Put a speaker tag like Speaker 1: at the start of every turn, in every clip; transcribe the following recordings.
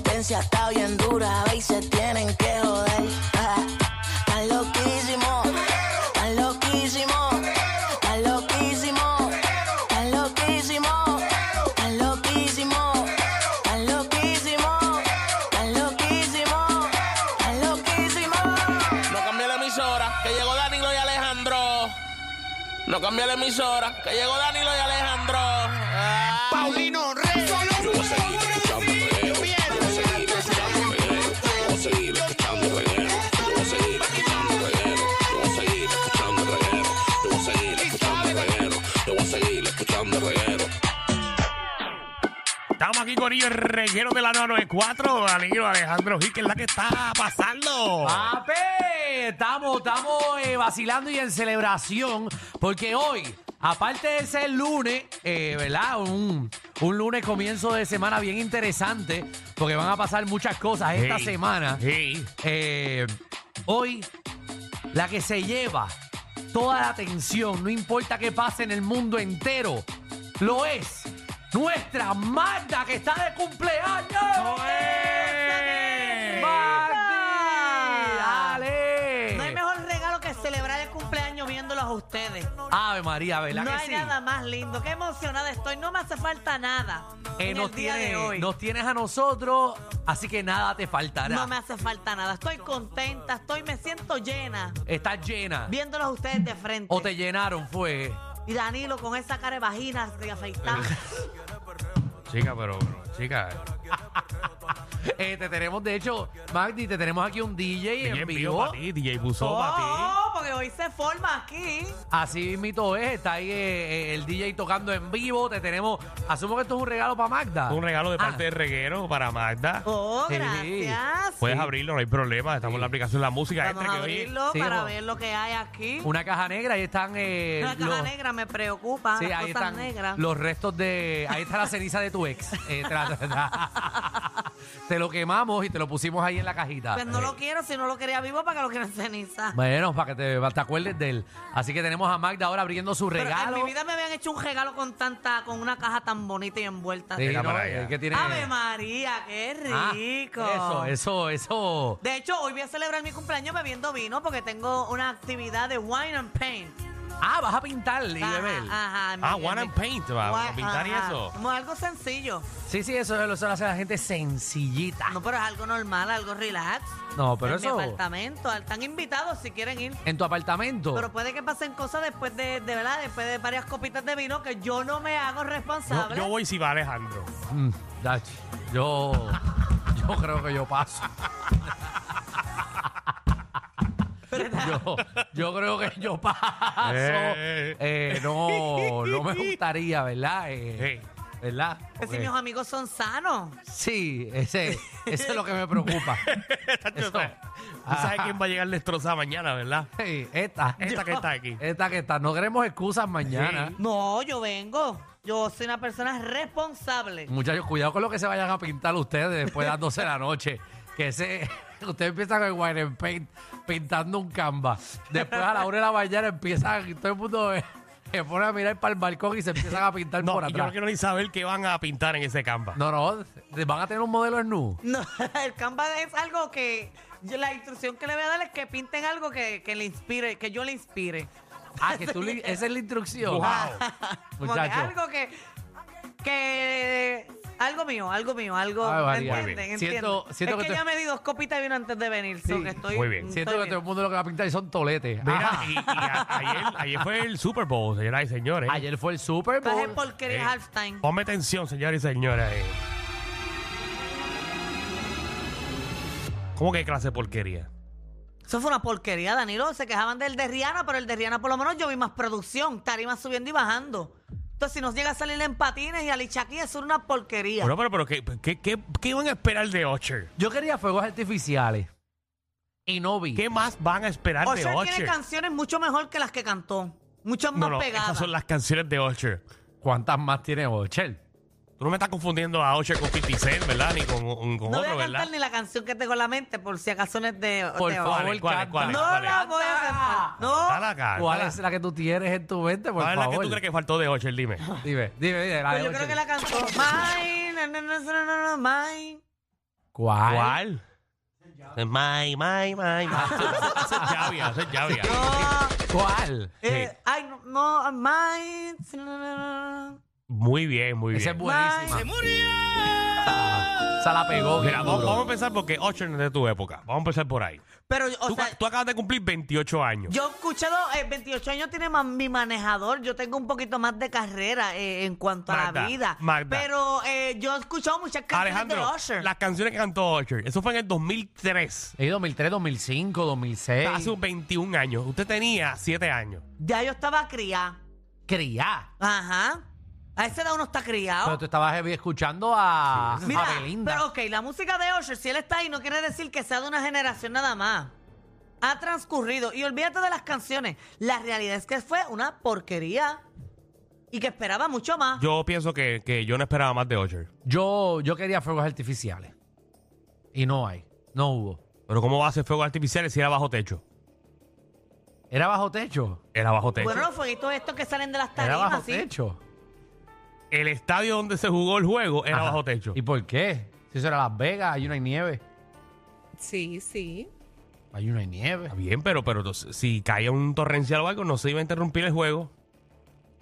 Speaker 1: está bien dura, ve y se tienen que joder. Ah, Tan loquísimo, tan loquísimo, tan loquísimo, tan loquísimo, tan loquísimo, tan loquísimo, tan loquísimo, tan loquísimo.
Speaker 2: No cambié la emisora, que llegó Danilo y Alejandro. No cambié la emisora, que llegó Danilo y Alejandro. Ah.
Speaker 3: Paulino Rey.
Speaker 4: Yo voy a seguir escuchando reguero. Yo voy a seguir escuchando reguero. Yo voy a seguir escuchando reguero. Yo voy a seguir escuchando reguero. Yo voy a seguir escuchando reguero. Yo voy a seguir escuchando reguero. Yo voy a seguir escuchando reguero.
Speaker 3: Estamos aquí con ellos, el reguero de la 994, Danilo Alejandro Gil, que es la que está pasando.
Speaker 5: ¡Papi! Estamos, estamos eh, vacilando y en celebración porque hoy, aparte de ser lunes, eh, ¿verdad? Un, un lunes comienzo de semana bien interesante porque van a pasar muchas cosas esta
Speaker 3: Hey,
Speaker 5: semana.
Speaker 3: hey.
Speaker 5: Eh, hoy, la que se lleva toda la atención, no importa qué pase en el mundo entero, lo es nuestra Magda que está de cumpleaños.
Speaker 3: ¡Oe!
Speaker 5: ¡Magdi!
Speaker 6: No hay
Speaker 5: ¡Dale!
Speaker 6: mejor regalo que celebrar el cumpleaños viéndolos a ustedes.
Speaker 5: Ave María, Ah, ¿verdad
Speaker 6: No
Speaker 5: que
Speaker 6: hay
Speaker 5: sí?
Speaker 6: nada más lindo. Qué emocionada estoy. No me hace falta nada.
Speaker 5: Eh,
Speaker 6: en
Speaker 5: nos,
Speaker 6: el día
Speaker 5: tienes,
Speaker 6: de hoy.
Speaker 5: nos tienes a nosotros, así que nada te faltará.
Speaker 6: No me hace falta nada. Estoy contenta. Estoy, me siento llena
Speaker 5: Estás llena.
Speaker 6: viéndolos a ustedes de frente.
Speaker 5: O te llenaron, fue.
Speaker 6: Y Danilo con esa cara de vagina de afeitar.
Speaker 3: Chica, pero, pero, chica.
Speaker 5: Eh, te tenemos, de hecho, Magdi, te tenemos aquí un DJ,
Speaker 3: DJ
Speaker 5: en
Speaker 3: envió
Speaker 5: vivo.
Speaker 3: para ti, DJ Buzo para ti.
Speaker 6: Oh, porque hoy se forma aquí.
Speaker 5: Así mismo es, está ahí eh, eh, el DJ tocando en vivo. Te tenemos. Asumo que esto es un regalo para Magda.
Speaker 3: Un regalo de
Speaker 5: Ah,
Speaker 3: parte de reguero para Magda.
Speaker 6: Oh,
Speaker 5: Sí. Pues,
Speaker 6: gracias.
Speaker 3: Puedes abrirlo, no hay problema. Estamos en la aplicación de la música.
Speaker 6: Vamos
Speaker 3: Gente
Speaker 6: a
Speaker 3: que oye.
Speaker 6: abrirlo
Speaker 5: Sí,
Speaker 6: para
Speaker 5: vamos.
Speaker 6: ver lo que hay aquí.
Speaker 5: Una caja negra, ahí están. eh,
Speaker 6: La caja
Speaker 5: los-
Speaker 6: negra me preocupa.
Speaker 5: sí,
Speaker 6: las
Speaker 5: ahí
Speaker 6: cosas
Speaker 5: están
Speaker 6: negras.
Speaker 5: los restos de. Ahí está la ceniza de tu ex. Eh, te, la- te la- te lo quemamos y te lo pusimos ahí en la cajita.
Speaker 6: Pues no lo quiero, si no lo quería vivo, para que lo quieran ceniza.
Speaker 5: Ah, eh. Bueno, para que te, para que te acuerdes de él. Así que tenemos a Magda ahora abriendo su
Speaker 6: Pero
Speaker 5: regalo.
Speaker 6: en mi vida me habían hecho un regalo con tanta, con una caja tan bonita y envuelta.
Speaker 5: Sí,
Speaker 3: Mira
Speaker 5: no,
Speaker 3: para allá.
Speaker 5: es que tiene-
Speaker 6: Ave María, qué
Speaker 5: Ah,
Speaker 6: rico.
Speaker 5: eso, eso, eso.
Speaker 6: De hecho, hoy voy a celebrar mi cumpleaños bebiendo vino porque tengo una actividad de wine and paint.
Speaker 5: Ah, vas a pintar y
Speaker 6: Ajá,
Speaker 5: beber.
Speaker 6: ajá, en mi-
Speaker 3: Ah,
Speaker 6: en
Speaker 3: one
Speaker 6: mi-
Speaker 3: and paint, va,
Speaker 6: Wa-
Speaker 3: a pintar y
Speaker 6: ajá.
Speaker 3: eso.
Speaker 6: Como algo sencillo.
Speaker 5: Sí, sí, eso, eso lo hace la gente sencillita.
Speaker 6: No, pero es algo normal, algo relax.
Speaker 5: No, Ah. pero
Speaker 6: en
Speaker 5: eso-
Speaker 6: mi apartamento. Están invitados si quieren ir.
Speaker 5: En tu apartamento.
Speaker 6: Pero puede que pasen cosas después de, de verdad, después de varias copitas de vino que yo no me hago
Speaker 3: Yo,
Speaker 6: responsable.
Speaker 3: yo voy si va Alejandro.
Speaker 5: Mm, Dach, yo, yo creo que yo paso. Yo, yo creo que yo paso.
Speaker 3: Eh.
Speaker 5: Eh, no, no me gustaría, ¿verdad? Eh,
Speaker 3: Eh.
Speaker 5: ¿Verdad?
Speaker 6: Que si
Speaker 5: Eh,
Speaker 6: mis amigos son sanos.
Speaker 5: sí, ese, ese es lo que me preocupa. Eso.
Speaker 3: Tú sabes- pues, Tú sabes quién va a llegar destrozada mañana, ¿verdad?
Speaker 5: Ey, esta,
Speaker 3: Esta que está aquí.
Speaker 5: esta que está. No queremos excusas mañana.
Speaker 3: Sí.
Speaker 6: No, yo vengo. Yo soy una persona responsable.
Speaker 5: Muchachos, cuidado con lo que se vayan a pintar ustedes después de las 12 de la noche. Que ese, ustedes empiezan con el wine and paint pintando un canvas. Después a la hora de la mañana empiezan, todo el mundo eh, se pone a mirar para el balcón y se empiezan a pintar
Speaker 3: No,
Speaker 5: por
Speaker 3: y yo no
Speaker 5: atrás.
Speaker 3: quiero ni saber qué van a pintar en ese campo.
Speaker 5: No, no, van a tener un modelo en nu.
Speaker 6: No, el Canva es algo que yo- la instrucción que le voy a dar es que pinten algo que, que le inspire, que yo le inspire.
Speaker 5: Ah, que tú, li- esa es la instrucción.
Speaker 3: Wow.
Speaker 6: Como que
Speaker 5: Muchachos.
Speaker 6: algo que que algo mío, algo mío, algo
Speaker 5: Ay, María.
Speaker 6: ¿entienden?
Speaker 3: Muy
Speaker 5: bien.
Speaker 6: ¿entienden?
Speaker 5: Ah, Siento- siento
Speaker 6: es
Speaker 5: que
Speaker 6: que,
Speaker 5: te-
Speaker 6: ya me di dos copitas de vino antes de venir, so
Speaker 5: Sí,
Speaker 6: que estoy
Speaker 3: muy bien.
Speaker 5: Siento
Speaker 6: estoy
Speaker 5: que todo el
Speaker 6: bien.
Speaker 5: mundo lo que va a pintar son toletes.
Speaker 3: Mira,
Speaker 5: Ajá.
Speaker 3: y, y a- ayer, ayer fue el Super Bowl, señoras y señores.
Speaker 5: Ayer fue el Super
Speaker 6: Traje
Speaker 5: Bowl.
Speaker 6: porquería
Speaker 3: Eh.
Speaker 6: halftime.
Speaker 3: Ponme atención, señores y señoras. eh. ¿Cómo que clase de porquería?
Speaker 6: Eso fue una porquería, Danilo. Se quejaban del de Rihanna, pero el de Rihanna por lo menos yo vi más producción, tarimas subiendo y bajando. Entonces, si nos llega a salir en patines y a Lichaki, eso es una porquería.
Speaker 3: Bueno, pero, pero ¿qué, qué, qué, qué van a esperar de Ocher?
Speaker 5: Yo quería fuegos artificiales. Y no vi.
Speaker 3: ¿Qué más van a esperar de
Speaker 6: Usher tiene
Speaker 3: Ocher?
Speaker 6: canciones mucho mejor que las que cantó. Muchas
Speaker 3: No,
Speaker 6: más
Speaker 3: no, esas
Speaker 6: pegadas.
Speaker 3: son las canciones de Ocher.
Speaker 5: ¿Cuántas más tiene Bochel?
Speaker 3: Tú no me estás confundiendo a Ocher con 50 Cent, ¿verdad? Ni con, con otro,
Speaker 6: no voy a cantar
Speaker 3: ¿verdad?
Speaker 6: ni la canción que tengo en la mente, por si acaso no es de.
Speaker 5: Por
Speaker 6: de-
Speaker 5: favor,
Speaker 3: ¿Cuál, cuál,
Speaker 5: canta.
Speaker 3: cuál,
Speaker 6: No
Speaker 3: cuál?
Speaker 6: la voy a cantar.
Speaker 3: Dale
Speaker 6: No.
Speaker 3: acá,
Speaker 5: ¿Cuál
Speaker 3: dale.
Speaker 5: es la que tú tienes en tu mente, por
Speaker 3: ¿Cuál es la
Speaker 5: favor?
Speaker 3: que tú crees que faltó de Ocher? Dime.
Speaker 5: Dime, dime, dime. la de
Speaker 6: Pero Pues yo creo
Speaker 5: Ocher.
Speaker 6: que la cantó. Mine, na, na, na, na, na, na, mine.
Speaker 5: ¿Cuál?
Speaker 3: ¿Cuál?
Speaker 2: My, my, my,
Speaker 3: Esa Ah, es llavia, esa es llavia.
Speaker 6: No,
Speaker 5: ¿Cuál?
Speaker 6: Ah, eh, ay, no, no, my-
Speaker 3: Muy bien, muy
Speaker 5: Esa es
Speaker 3: bien.
Speaker 5: buenísima. Esa, esa la pegó. bien
Speaker 3: Mira, vamos,
Speaker 5: duro.
Speaker 3: vamos a empezar porque Ocho no es de tu época. Vamos a empezar por ahí.
Speaker 6: Pero, o
Speaker 3: Tú,
Speaker 6: sea,
Speaker 3: tú acabas de cumplir 28 años.
Speaker 6: Yo he escuchado, eh, 28 años tiene más mi manejador, yo tengo un poquito más de carrera eh, en cuanto a
Speaker 3: Magda,
Speaker 6: la vida.
Speaker 3: Magda.
Speaker 6: Pero eh, yo he escuchado muchas canciones
Speaker 3: Alejandro,
Speaker 6: de Usher.
Speaker 3: las canciones que cantó Usher, eso fue en el 2003.
Speaker 5: Sí, 2003, 2005, 2006.
Speaker 3: Hace 21 años. Usted tenía 7 años.
Speaker 6: Ya yo estaba criada.
Speaker 5: Criá.
Speaker 6: Ah. Ajá. A esa edad uno está
Speaker 5: Pero
Speaker 6: criado.
Speaker 5: tú estabas escuchando a,
Speaker 6: Mira,
Speaker 5: a Belinda.
Speaker 6: pero ok, la música de Usher, si él está ahí, no quiere decir que sea de una generación nada más. Ha transcurrido. Y olvídate de las canciones. La realidad es que fue una porquería. Y que esperaba mucho más.
Speaker 3: Yo pienso que, que yo no esperaba más de Usher.
Speaker 5: Yo, yo quería fuegos artificiales. Y no hay. No hubo.
Speaker 3: Pero ¿cómo va a hacer fuegos artificiales si era bajo techo?
Speaker 5: ¿Era bajo techo?
Speaker 3: Era bajo techo.
Speaker 6: bueno, los fueguitos estos que salen de las
Speaker 5: ¿Era
Speaker 6: tarimas,
Speaker 5: bajo
Speaker 6: ¿sí?
Speaker 5: techo?
Speaker 3: el estadio donde se jugó el juego era
Speaker 5: Ajá.
Speaker 3: bajo techo.
Speaker 5: ¿Y por qué? Si eso era Las Vegas, ahí no hay nieve.
Speaker 7: Sí, sí.
Speaker 5: Ahí no hay nieve.
Speaker 3: Está bien, pero, pero si caía un torrencial o algo, no se iba a interrumpir el juego.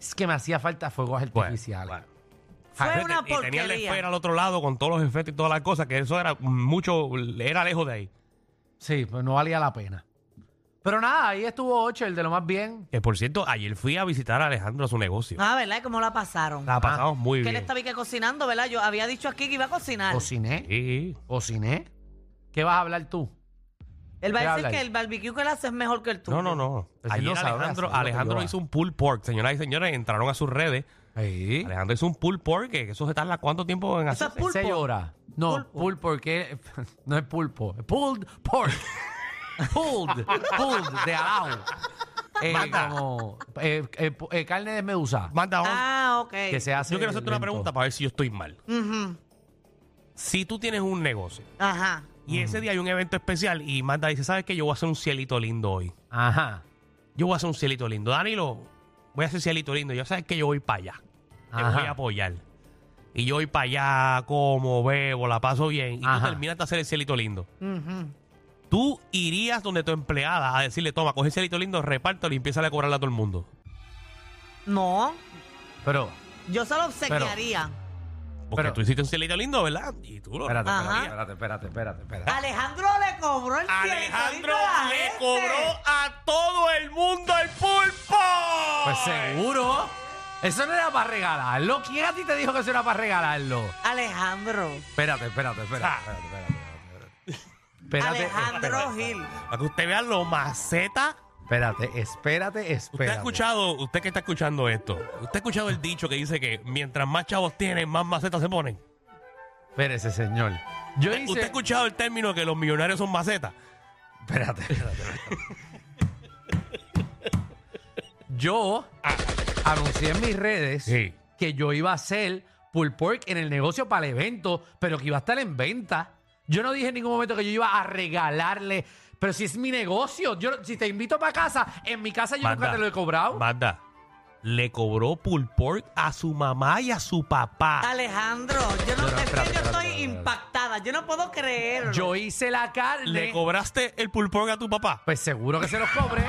Speaker 5: Es que me hacía falta fuegos
Speaker 3: Bueno,
Speaker 5: artificiales.
Speaker 3: bueno. Ah,
Speaker 6: Fue una
Speaker 3: y tenía la
Speaker 6: porquería.
Speaker 3: esfera al otro lado con todos los efectos y todas las cosas, que eso era mucho, era lejos de ahí.
Speaker 5: Sí, pues no valía la pena. Pero nada, ahí estuvo ocho, el de lo más bien.
Speaker 3: Que por cierto, ayer fui a visitar a Alejandro a su negocio.
Speaker 6: Ah, ¿verdad? ¿Cómo la pasaron?
Speaker 5: Ah,
Speaker 3: La pasamos muy
Speaker 6: que él
Speaker 3: bien.
Speaker 6: estaba ahí que cocinando, ¿verdad? Yo había dicho aquí que iba a cocinar.
Speaker 5: Cociné.
Speaker 3: Sí.
Speaker 5: Cociné. ¿Qué vas a hablar tú?
Speaker 6: él va
Speaker 5: ¿qué
Speaker 6: a decir
Speaker 5: habla
Speaker 6: que
Speaker 5: ahí?
Speaker 6: el barbecue que él hace es mejor que el tuyo.
Speaker 3: No, no, no.
Speaker 5: Pues él
Speaker 3: Ayer
Speaker 5: no sabe hacer
Speaker 3: Alejandro,
Speaker 5: lo que yo
Speaker 3: Alejandro
Speaker 5: hago.
Speaker 3: hizo un pull pork. Señoras y señores, entraron a sus redes.
Speaker 5: Sí.
Speaker 3: Alejandro hizo un pull pork, que eso se tarda cuánto tiempo en
Speaker 6: Eso
Speaker 3: hacer.
Speaker 6: es pulpo.
Speaker 5: Seis horas. No,
Speaker 6: Pulpo.
Speaker 5: pulpo, porque no es pulpo. es Pulled pork. pulled, pulled, de alao. Eh, como eh, eh, pu- eh, carne de medusa.
Speaker 3: Manda, vamos.
Speaker 6: Ah, ok.
Speaker 5: Que se hace
Speaker 3: yo quiero hacerte una
Speaker 5: lento.
Speaker 3: pregunta para ver si yo estoy mal.
Speaker 6: Ujú.
Speaker 3: Si tú tienes un negocio
Speaker 6: Ajá.
Speaker 3: y ese día hay un evento especial y Manda dice, ¿sabes qué? Yo voy a hacer un cielito lindo hoy.
Speaker 5: Ajá.
Speaker 3: Yo voy a hacer un cielito lindo. Danilo, voy a hacer cielito lindo. Yo sabes que yo voy para allá. Te
Speaker 5: Ajá.
Speaker 3: voy a apoyar. Y yo voy para allá, como, bebo, la paso bien. Y tú
Speaker 5: Ajá.
Speaker 3: terminas de hacer el cielito lindo.
Speaker 6: Ujú.
Speaker 3: Tú irías donde tu empleada a decirle, toma, coge el cielito lindo, repártelo y empieza a cobrarle a todo el mundo.
Speaker 6: No,
Speaker 5: Pero,
Speaker 6: yo se lo obsequiaría.
Speaker 3: Porque
Speaker 5: Pero-
Speaker 3: tú hiciste un cielito lindo, ¿verdad? Y tú lo
Speaker 5: espérate,
Speaker 6: Ajá.
Speaker 5: espérate, espérate, espérate, espérate.
Speaker 6: Alejandro le cobró el cielito
Speaker 3: Alejandro
Speaker 6: a la
Speaker 3: le
Speaker 6: gente.
Speaker 3: cobró a todo el mundo el pulpo.
Speaker 5: Pues seguro. Eso no era para regalarlo. ¿Quién a ti te dijo que eso era para regalarlo?
Speaker 6: Alejandro.
Speaker 5: Espérate, espérate, espérate.
Speaker 3: Ah.
Speaker 5: espérate, espérate, espérate, espérate.
Speaker 6: Alejandro Gil.
Speaker 3: Para que usted vea lo maceta.
Speaker 5: Espérate, espérate, espérate.
Speaker 3: Usted ha escuchado, usted que está escuchando esto, usted ha escuchado el dicho que dice que mientras más chavos tienen, más macetas se ponen.
Speaker 5: Espérese, señor. Yo hice...
Speaker 3: Usted ha escuchado el término que los millonarios son macetas.
Speaker 5: Espérate, espérate. espérate. yo anuncié en mis redes
Speaker 3: Ah. Sí.
Speaker 5: que yo iba a hacer pulled pork en el negocio para el evento, pero que iba a estar en venta. Yo no dije en ningún momento que yo iba a regalarle. Pero si es mi negocio, yo no- si te invito para casa, en mi casa yo nunca te lo he cobrado.
Speaker 3: Manda. Le cobró pull pork a su mamá y a su papá.
Speaker 6: Alejandro, yo
Speaker 5: No,
Speaker 6: no,
Speaker 5: no,
Speaker 6: es
Speaker 5: espérate,
Speaker 6: que yo
Speaker 5: espérate,
Speaker 6: estoy
Speaker 5: espérate, espérate.
Speaker 6: impactada. Yo no puedo creerlo.
Speaker 5: Yo hice la carne.
Speaker 3: ¿Le cobraste el pull pork a tu papá?
Speaker 5: Pues seguro que se los cobré.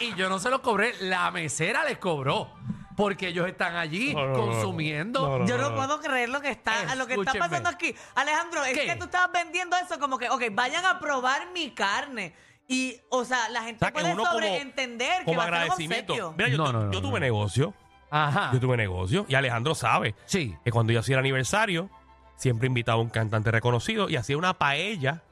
Speaker 5: y yo no se los cobré, la mesera les cobró. Porque ellos están allí
Speaker 3: No, no, no, no.
Speaker 5: consumiendo.
Speaker 3: No, no,
Speaker 6: Yo no puedo creer lo que está, lo que está
Speaker 5: Escúchenme.
Speaker 6: pasando aquí. Alejandro, es
Speaker 5: ¿Qué?
Speaker 6: que tú estabas vendiendo eso como que, ok, vayan a probar mi carne. Y, o sea, la gente
Speaker 3: O sea, que
Speaker 6: puede
Speaker 3: uno como-
Speaker 6: sobreentender que
Speaker 3: Como
Speaker 6: va a ser un
Speaker 3: agradecimiento.
Speaker 6: obsequio. Ah.
Speaker 3: Mira, yo,
Speaker 5: No,
Speaker 3: tu-
Speaker 5: no, no,
Speaker 3: yo
Speaker 5: no,
Speaker 3: tuve
Speaker 5: no.
Speaker 3: negocio.
Speaker 5: Ajá.
Speaker 3: Yo tuve negocio. Y Alejandro sabe.
Speaker 5: Sí.
Speaker 3: que cuando yo hacía el aniversario, siempre invitaba a un cantante reconocido y hacía una paella.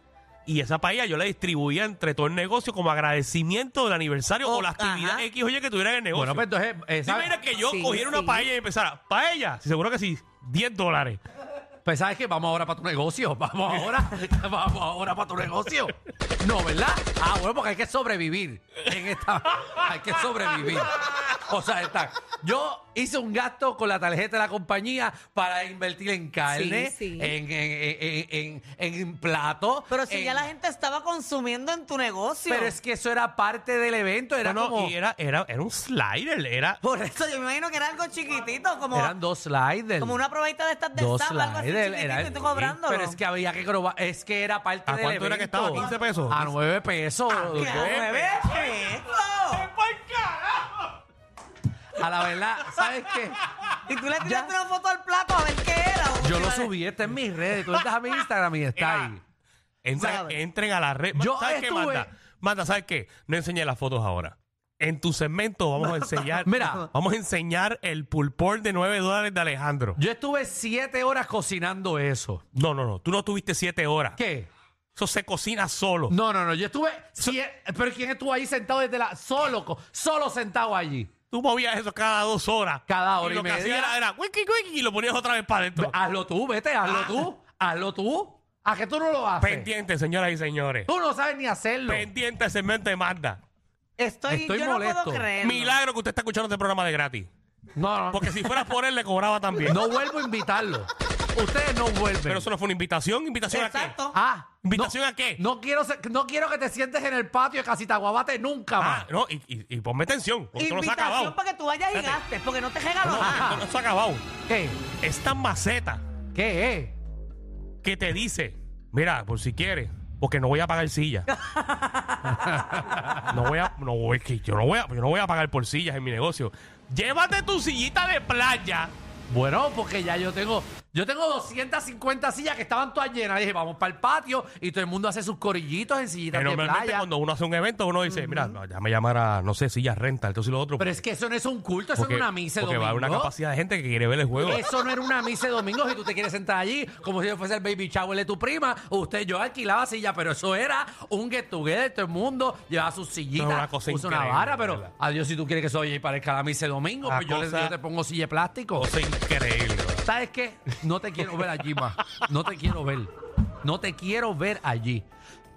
Speaker 3: Y esa paella yo la distribuía entre todo el negocio como agradecimiento del aniversario
Speaker 6: Oh,
Speaker 3: o la actividad
Speaker 6: ajá.
Speaker 3: X o Y que tuviera en el negocio.
Speaker 5: Bueno, pues entonces. eh,
Speaker 3: ¿Tú
Speaker 5: ¿sabes?
Speaker 3: imaginas que yo
Speaker 7: Sí,
Speaker 3: cogiera una
Speaker 7: sí.
Speaker 3: paella y empezara, paella, sí, seguro que sí, 10 dólares.
Speaker 5: Pues sabes que vamos ahora para tu negocio. Vamos ahora. vamos ahora para tu negocio. No, ¿verdad? Ah, bueno, porque hay que sobrevivir. En esta. Hay que sobrevivir. O sea, está. Yo hice un gasto con la tarjeta de la compañía para invertir en carne,
Speaker 7: Sí, sí.
Speaker 5: En, en, en, en, en plato.
Speaker 6: Pero si
Speaker 5: en-
Speaker 6: ya la gente estaba consumiendo en tu negocio.
Speaker 5: Pero es que eso era parte del evento, era
Speaker 3: No, no,
Speaker 5: como...
Speaker 3: y era, era, era un slider, era...
Speaker 6: Por eso yo me imagino que era algo chiquitito, como,
Speaker 5: Eran dos sliders.
Speaker 6: como una probadita de estas de
Speaker 5: dos
Speaker 6: samba, algo así
Speaker 5: sliders.
Speaker 6: chiquitito
Speaker 5: Era,
Speaker 6: y tú cobrándolo.
Speaker 5: pero es que había que probar. Es que era parte
Speaker 3: ¿A
Speaker 5: del
Speaker 3: cuánto era que
Speaker 5: evento.
Speaker 3: estaba? ¿15 pesos?
Speaker 5: A 9 pesos.
Speaker 6: ¿Qué?
Speaker 5: doctor.
Speaker 6: nueve pesos.
Speaker 5: A la verdad, ¿sabes qué?
Speaker 6: Y tú le tiraste una foto al plato a ver qué era.
Speaker 5: Yo lo subí, está en mis redes. Tú entras a mi Instagram y está ahí.
Speaker 3: Entra-
Speaker 6: ¿Sabe?
Speaker 3: entren a la red.
Speaker 5: Yo
Speaker 3: ¿Sabes qué,
Speaker 5: estuve-
Speaker 3: Manda? Manda, ¿sabes qué? No enseñes las fotos ahora. En tu segmento vamos a enseñar...
Speaker 5: Mira.
Speaker 3: Vamos a enseñar el pulpor de 9 dólares de Alejandro.
Speaker 5: Yo estuve 7 horas cocinando eso.
Speaker 3: No, no, no. Tú no tuviste 7 horas.
Speaker 5: ¿Qué?
Speaker 3: Eso se cocina solo.
Speaker 5: No, no, no. Yo estuve. siete- pero ¿quién estuvo ahí sentado desde la. Solo, co- solo sentado allí?
Speaker 3: Tú movías eso cada dos horas.
Speaker 5: Cada hora
Speaker 3: Y lo
Speaker 5: y
Speaker 3: que hacía
Speaker 5: media. ah,
Speaker 3: era, era wiki, wiki, y lo ponías otra vez para adentro.
Speaker 5: Hazlo tú, vete, hazlo tú. Hazlo tú. ¿A qué tú no lo haces?
Speaker 3: Pendiente, señoras y señores.
Speaker 5: Tú no sabes ni hacerlo.
Speaker 3: Pendiente el segmento de Magda.
Speaker 6: Estoy,
Speaker 5: Estoy
Speaker 6: yo no
Speaker 5: molesto.
Speaker 6: puedo creer.
Speaker 3: Milagro que usted está escuchando este programa de gratis.
Speaker 5: No, no.
Speaker 3: Porque si fueras por él, le cobraba también.
Speaker 5: No vuelvo a invitarlo. Ustedes no vuelven.
Speaker 3: Pero eso no fue una invitación. ¿Invitación a
Speaker 6: Exacto.
Speaker 5: Ah,
Speaker 3: ¿Invitación
Speaker 5: no-
Speaker 3: a qué?
Speaker 5: No quiero, ser- no quiero que te sientes en el patio de Casita Guabate nunca
Speaker 3: qué?
Speaker 5: más.
Speaker 3: Ah, no, y, y- y ponme atención. Porque esto no se ha
Speaker 6: Invitación
Speaker 3: acabado.
Speaker 6: para que tú vayas y
Speaker 3: Espérate.
Speaker 6: gastes, porque no te regaló
Speaker 3: Esto
Speaker 6: nada.
Speaker 3: no se ha acabado.
Speaker 5: ¿Qué?
Speaker 3: Esta maceta
Speaker 5: ¿Qué es?
Speaker 3: que te dice, mira, por si quieres, porque no voy a pagar silla. no voy a, no voy, que yo no voy a, yo no voy a pagar por sillas en mi negocio. Llévate tu sillita de playa.
Speaker 5: Bueno, porque ya yo tengo, yo tengo 250 sillas que estaban todas llenas. Dije, vamos para el patio y todo el mundo hace sus corillitos en sillitas
Speaker 3: Que
Speaker 5: de
Speaker 3: normalmente
Speaker 5: playa.
Speaker 3: cuando uno hace un evento, uno dice, mira, no, ya me llamará, no sé, sillas renta, entonces lo otro.
Speaker 5: Pero es que eso no es un culto, eso
Speaker 3: porque-
Speaker 5: no es una misa de
Speaker 3: Porque
Speaker 5: domingo.
Speaker 3: va a haber una capacidad de gente que quiere ver el juego.
Speaker 5: Eso no era una misa de domingo si tú te quieres sentar allí como si yo fuese el baby shower de tu prima. Usted, yo alquilaba silla, pero eso era un get together, todo el mundo llevaba sus sillitas,
Speaker 3: Eso es una cosa
Speaker 5: puso una
Speaker 3: increíble,
Speaker 5: vara, pero
Speaker 3: ¿verdad?
Speaker 5: adiós si tú quieres que eso oye y parezca la misa de domingo,
Speaker 3: La
Speaker 5: pues yo, le-
Speaker 3: cosa-
Speaker 5: yo te pongo silla de plástico.
Speaker 3: Cosa Oh, increíble. ¿verdad?
Speaker 5: ¿Sabes qué? No te quiero ver allí más. No te quiero ver. No te quiero ver allí.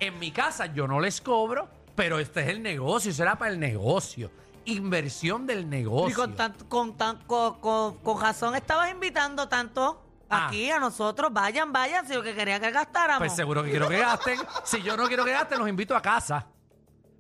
Speaker 5: En mi casa yo no les cobro, pero este es el negocio, será para el negocio. Inversión del
Speaker 6: Y
Speaker 5: negocio.
Speaker 6: con, tan- con, tan- con, con- con razón estabas invitando tanto
Speaker 5: Ah.
Speaker 6: aquí a nosotros. Vayan, vayan, si lo que quería que gastáramos.
Speaker 5: Pues seguro que quiero que gasten. Si yo no quiero que gasten, los invito a casa.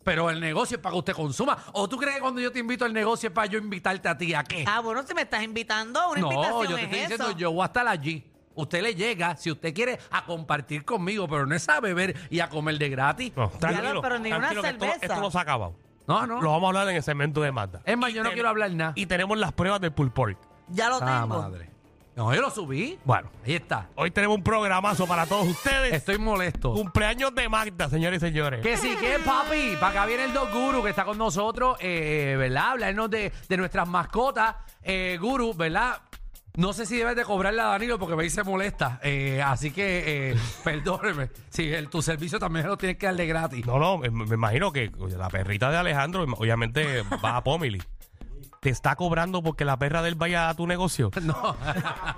Speaker 5: Pero el negocio es para que usted consuma. ¿O tú crees que cuando yo te invito al negocio es para yo invitarte a ti a qué?
Speaker 6: Ah, bueno, si me estás invitando, una
Speaker 5: no,
Speaker 6: invitación
Speaker 5: yo te
Speaker 6: es
Speaker 5: estoy diciendo,
Speaker 6: eso.
Speaker 5: yo voy a estar allí. Usted le llega, si usted quiere, a compartir conmigo, pero no es a beber y a comer de gratis.
Speaker 3: No, tranquilo,
Speaker 6: pero ni una
Speaker 3: tranquilo, que esto,
Speaker 6: cerveza.
Speaker 3: esto no se ha acabado.
Speaker 5: No, no.
Speaker 3: Lo vamos a hablar en el segmento de Magda.
Speaker 5: Es más, yo no
Speaker 3: ten-
Speaker 5: quiero hablar nada.
Speaker 3: Y tenemos las pruebas del pull pork.
Speaker 6: Ya lo
Speaker 5: Ah,
Speaker 6: tengo.
Speaker 5: madre. No, yo lo subí.
Speaker 3: Bueno,
Speaker 5: Ahí está.
Speaker 3: hoy tenemos un programazo para todos ustedes.
Speaker 5: Estoy molesto.
Speaker 3: Cumpleaños de Magda, señores y señores.
Speaker 5: Que sí, que papi, para acá viene el Dog Guru que está con nosotros, eh, ¿verdad? Hablarnos de, de nuestras mascotas. Eh, guru, ¿verdad? No sé si debes de cobrarle a Danilo porque me dice molesta. Eh, así que, eh, perdóneme. Si el- tu servicio también lo tienes que darle gratis.
Speaker 3: No, no, me, me imagino que oye, la perrita de Alejandro, obviamente, va a Pomili. Te está cobrando porque la perra de él vaya a tu negocio.
Speaker 5: No.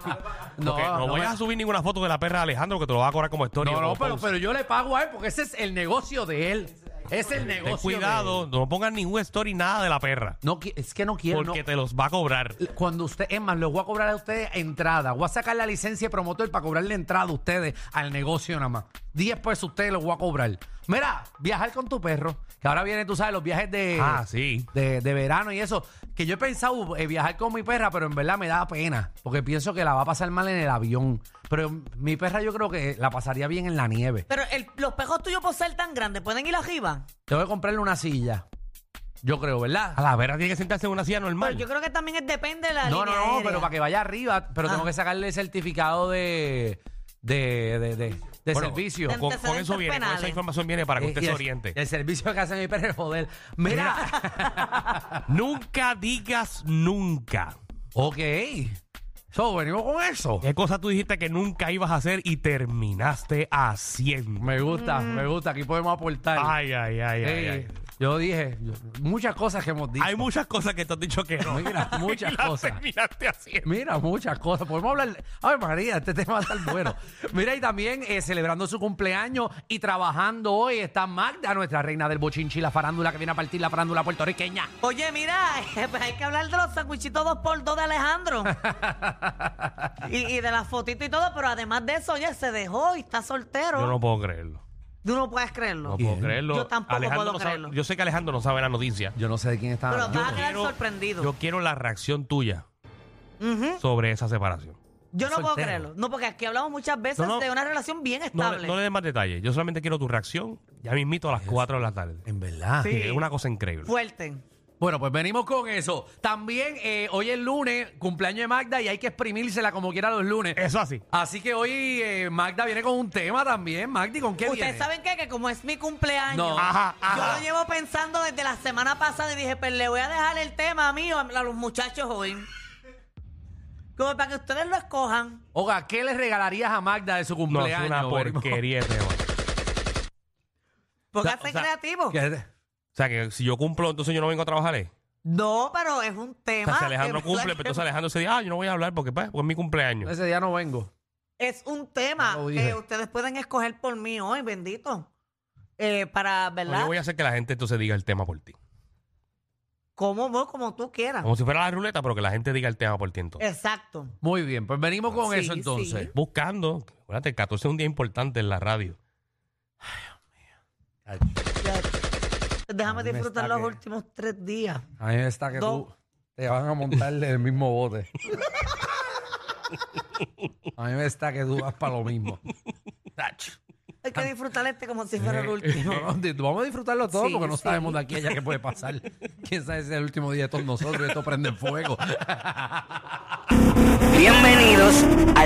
Speaker 3: Porque no, vayas a
Speaker 5: me-
Speaker 3: subir ninguna foto de la perra de Alejandro que te lo va a cobrar como pues, historia.
Speaker 5: No, no, pero, pero yo le pago a él porque ese es el negocio de él. Es el negocio.
Speaker 3: Ten
Speaker 5: de
Speaker 3: cuidado,
Speaker 5: él.
Speaker 3: no pongas ningún story nada de la perra.
Speaker 5: No, qui- es que no quiero. no-
Speaker 3: Porque te los va a cobrar.
Speaker 5: Cuando usted, es más, les voy a cobrar a ustedes entrada. Voy a sacar la licencia de promotor para cobrarle entrada a ustedes al negocio nada más. 10 pesos ustedes los voy a cobrar. Mira, viajar con tu perro. Que ahora viene, tú sabes, los viajes de,
Speaker 3: Ah, sí.
Speaker 5: de, de verano y eso. Que yo he pensado eh, viajar con mi perra, pero en verdad me da pena. Porque pienso que la va a pasar mal en el avión. Pero mi perra yo creo que la pasaría bien en la nieve.
Speaker 6: Pero el- los pejos tuyos por ser tan grandes, ¿pueden ir arriba?
Speaker 5: Tengo que comprarle una silla. Yo creo, ¿verdad?
Speaker 3: A la perra tiene que sentarse en una silla normal.
Speaker 6: Pero Pues yo creo que también es- depende de la
Speaker 5: No, no,
Speaker 6: línea
Speaker 5: no,
Speaker 6: aérea.
Speaker 5: pero para que vaya arriba, pero tengo
Speaker 6: Ah.
Speaker 5: que sacarle el certificado de de, de, de- de
Speaker 3: Bueno,
Speaker 5: servicio.
Speaker 6: De-
Speaker 3: Con, con eso
Speaker 6: Antecedentes
Speaker 3: viene, con esa
Speaker 6: penales.
Speaker 3: información viene para que
Speaker 5: Eh,
Speaker 3: usted
Speaker 5: y
Speaker 3: se
Speaker 5: el-
Speaker 3: oriente.
Speaker 5: El servicio que hace mi perro es joder. Mira.
Speaker 3: Nunca digas nunca.
Speaker 5: ok. So, venimos con eso.
Speaker 3: ¿Qué cosa tú dijiste que nunca ibas a hacer y terminaste haciendo?
Speaker 6: Mm.
Speaker 5: Me gusta, me gusta. Aquí podemos aportar.
Speaker 3: Ay, ay, ay, ay,
Speaker 5: Eh,
Speaker 3: ay.
Speaker 5: Yo dije yo- muchas cosas que hemos dicho.
Speaker 3: Hay muchas cosas que te has dicho que no.
Speaker 5: Mira, muchas
Speaker 3: Y las
Speaker 5: cosas.
Speaker 3: terminaste haciendo.
Speaker 5: Mira, muchas cosas. Podemos hablar. A ver, María, este tema va a estar bueno. Mira, y también eh, celebrando su cumpleaños y trabajando hoy está Magda, nuestra reina del bochinchi, la farándula que viene a partir la farándula puertorriqueña.
Speaker 6: Oye, mira, pues hay que hablar de los sanguichitos 2x2 de Alejandro. y, y de las fotitos y todo, pero además de eso, oye, se dejó y está soltero.
Speaker 3: Yo no puedo creerlo.
Speaker 6: Tú no puedes creerlo.
Speaker 3: No puedo creerlo.
Speaker 6: Yo tampoco
Speaker 3: Alejandro
Speaker 6: puedo
Speaker 3: no sabe-
Speaker 6: creerlo.
Speaker 3: yo sé que Alejandro no sabe la noticia.
Speaker 5: Yo no sé de quién está
Speaker 6: Pero
Speaker 5: hablando.
Speaker 6: vas a quedar
Speaker 3: quiero-
Speaker 6: sorprendido.
Speaker 3: Yo quiero la reacción tuya
Speaker 6: Ujú.
Speaker 3: sobre esa separación.
Speaker 6: Yo no puedo
Speaker 5: soltero.
Speaker 6: creerlo. No, porque aquí hablamos muchas veces
Speaker 3: No, no.
Speaker 6: de una relación bien
Speaker 3: No, le-
Speaker 6: estable.
Speaker 3: no le des más detalles. Yo solamente quiero tu reacción. Ya me invito a las 4 de la tarde.
Speaker 5: En verdad.
Speaker 6: Sí.
Speaker 3: Es una cosa increíble.
Speaker 6: Fuerte.
Speaker 5: Bueno, pues venimos con eso. También eh, hoy es lunes, cumpleaños de Magda y hay que exprimírsela como quiera los lunes.
Speaker 3: Eso así.
Speaker 5: Así que hoy eh, Magda viene con un tema también. Magdi, ¿con qué
Speaker 6: Ustedes
Speaker 5: viene?
Speaker 6: saben qué? que como es mi cumpleaños,
Speaker 5: No.
Speaker 3: Ajá,
Speaker 6: yo
Speaker 3: ajá.
Speaker 6: lo llevo pensando desde la semana pasada y dije, pues le voy a dejar el tema a mí o a a los muchachos hoy. Como para que ustedes lo escojan.
Speaker 5: Oga, ¿qué le regalarías a Magda de su
Speaker 3: No,
Speaker 5: cumpleaños?
Speaker 3: es una
Speaker 5: Venimos-
Speaker 3: porquería este de tema.
Speaker 6: Porque
Speaker 3: O sea,
Speaker 6: hacen
Speaker 3: o sea,
Speaker 6: creativos.
Speaker 5: ¿Qué?
Speaker 3: O sea, que si yo cumplo, entonces yo no vengo a trabajar. ¿eh?
Speaker 6: No, pero es un
Speaker 3: O
Speaker 6: tema.
Speaker 3: sea, si Alejandro
Speaker 6: que-
Speaker 3: cumple, pero entonces Alejandro se dice, ah, yo no voy a hablar porque, pues, porque es mi cumpleaños.
Speaker 5: Ese día no vengo.
Speaker 6: Es un tema
Speaker 5: Ya lo dije.
Speaker 6: que ustedes pueden escoger por mí hoy, bendito. Eh, para,
Speaker 3: No, Pues, yo
Speaker 6: ¿verdad?
Speaker 3: voy a hacer que la gente entonces diga el tema por ti.
Speaker 6: Como vos, como tú quieras.
Speaker 3: Como si fuera la ruleta, pero que la gente diga el tema por ti entonces.
Speaker 6: Exacto.
Speaker 5: Muy bien, pues venimos con
Speaker 7: Sí,
Speaker 5: eso entonces.
Speaker 6: Eh.
Speaker 7: sí.
Speaker 3: Buscando. Acuérdate, el 14 es un día importante en la radio.
Speaker 6: Ya.
Speaker 5: A mí
Speaker 6: Déjame
Speaker 5: me
Speaker 6: disfrutar
Speaker 5: está
Speaker 6: los
Speaker 5: que-
Speaker 6: últimos tres días.
Speaker 5: A mí está que
Speaker 6: Dos.
Speaker 5: tú te van a montar en el mismo bote. A mí me está que tú vas para lo mismo.
Speaker 6: Hay que disfrutar este como si fuera el último.
Speaker 5: No, no, Eh, di- vamos a disfrutarlo todo
Speaker 7: Sí,
Speaker 5: porque no
Speaker 7: sí.
Speaker 5: sabemos de aquí a allá qué puede pasar. Quién sabe si es el último día de todos nosotros y esto prende fuego.
Speaker 1: Bienvenidos al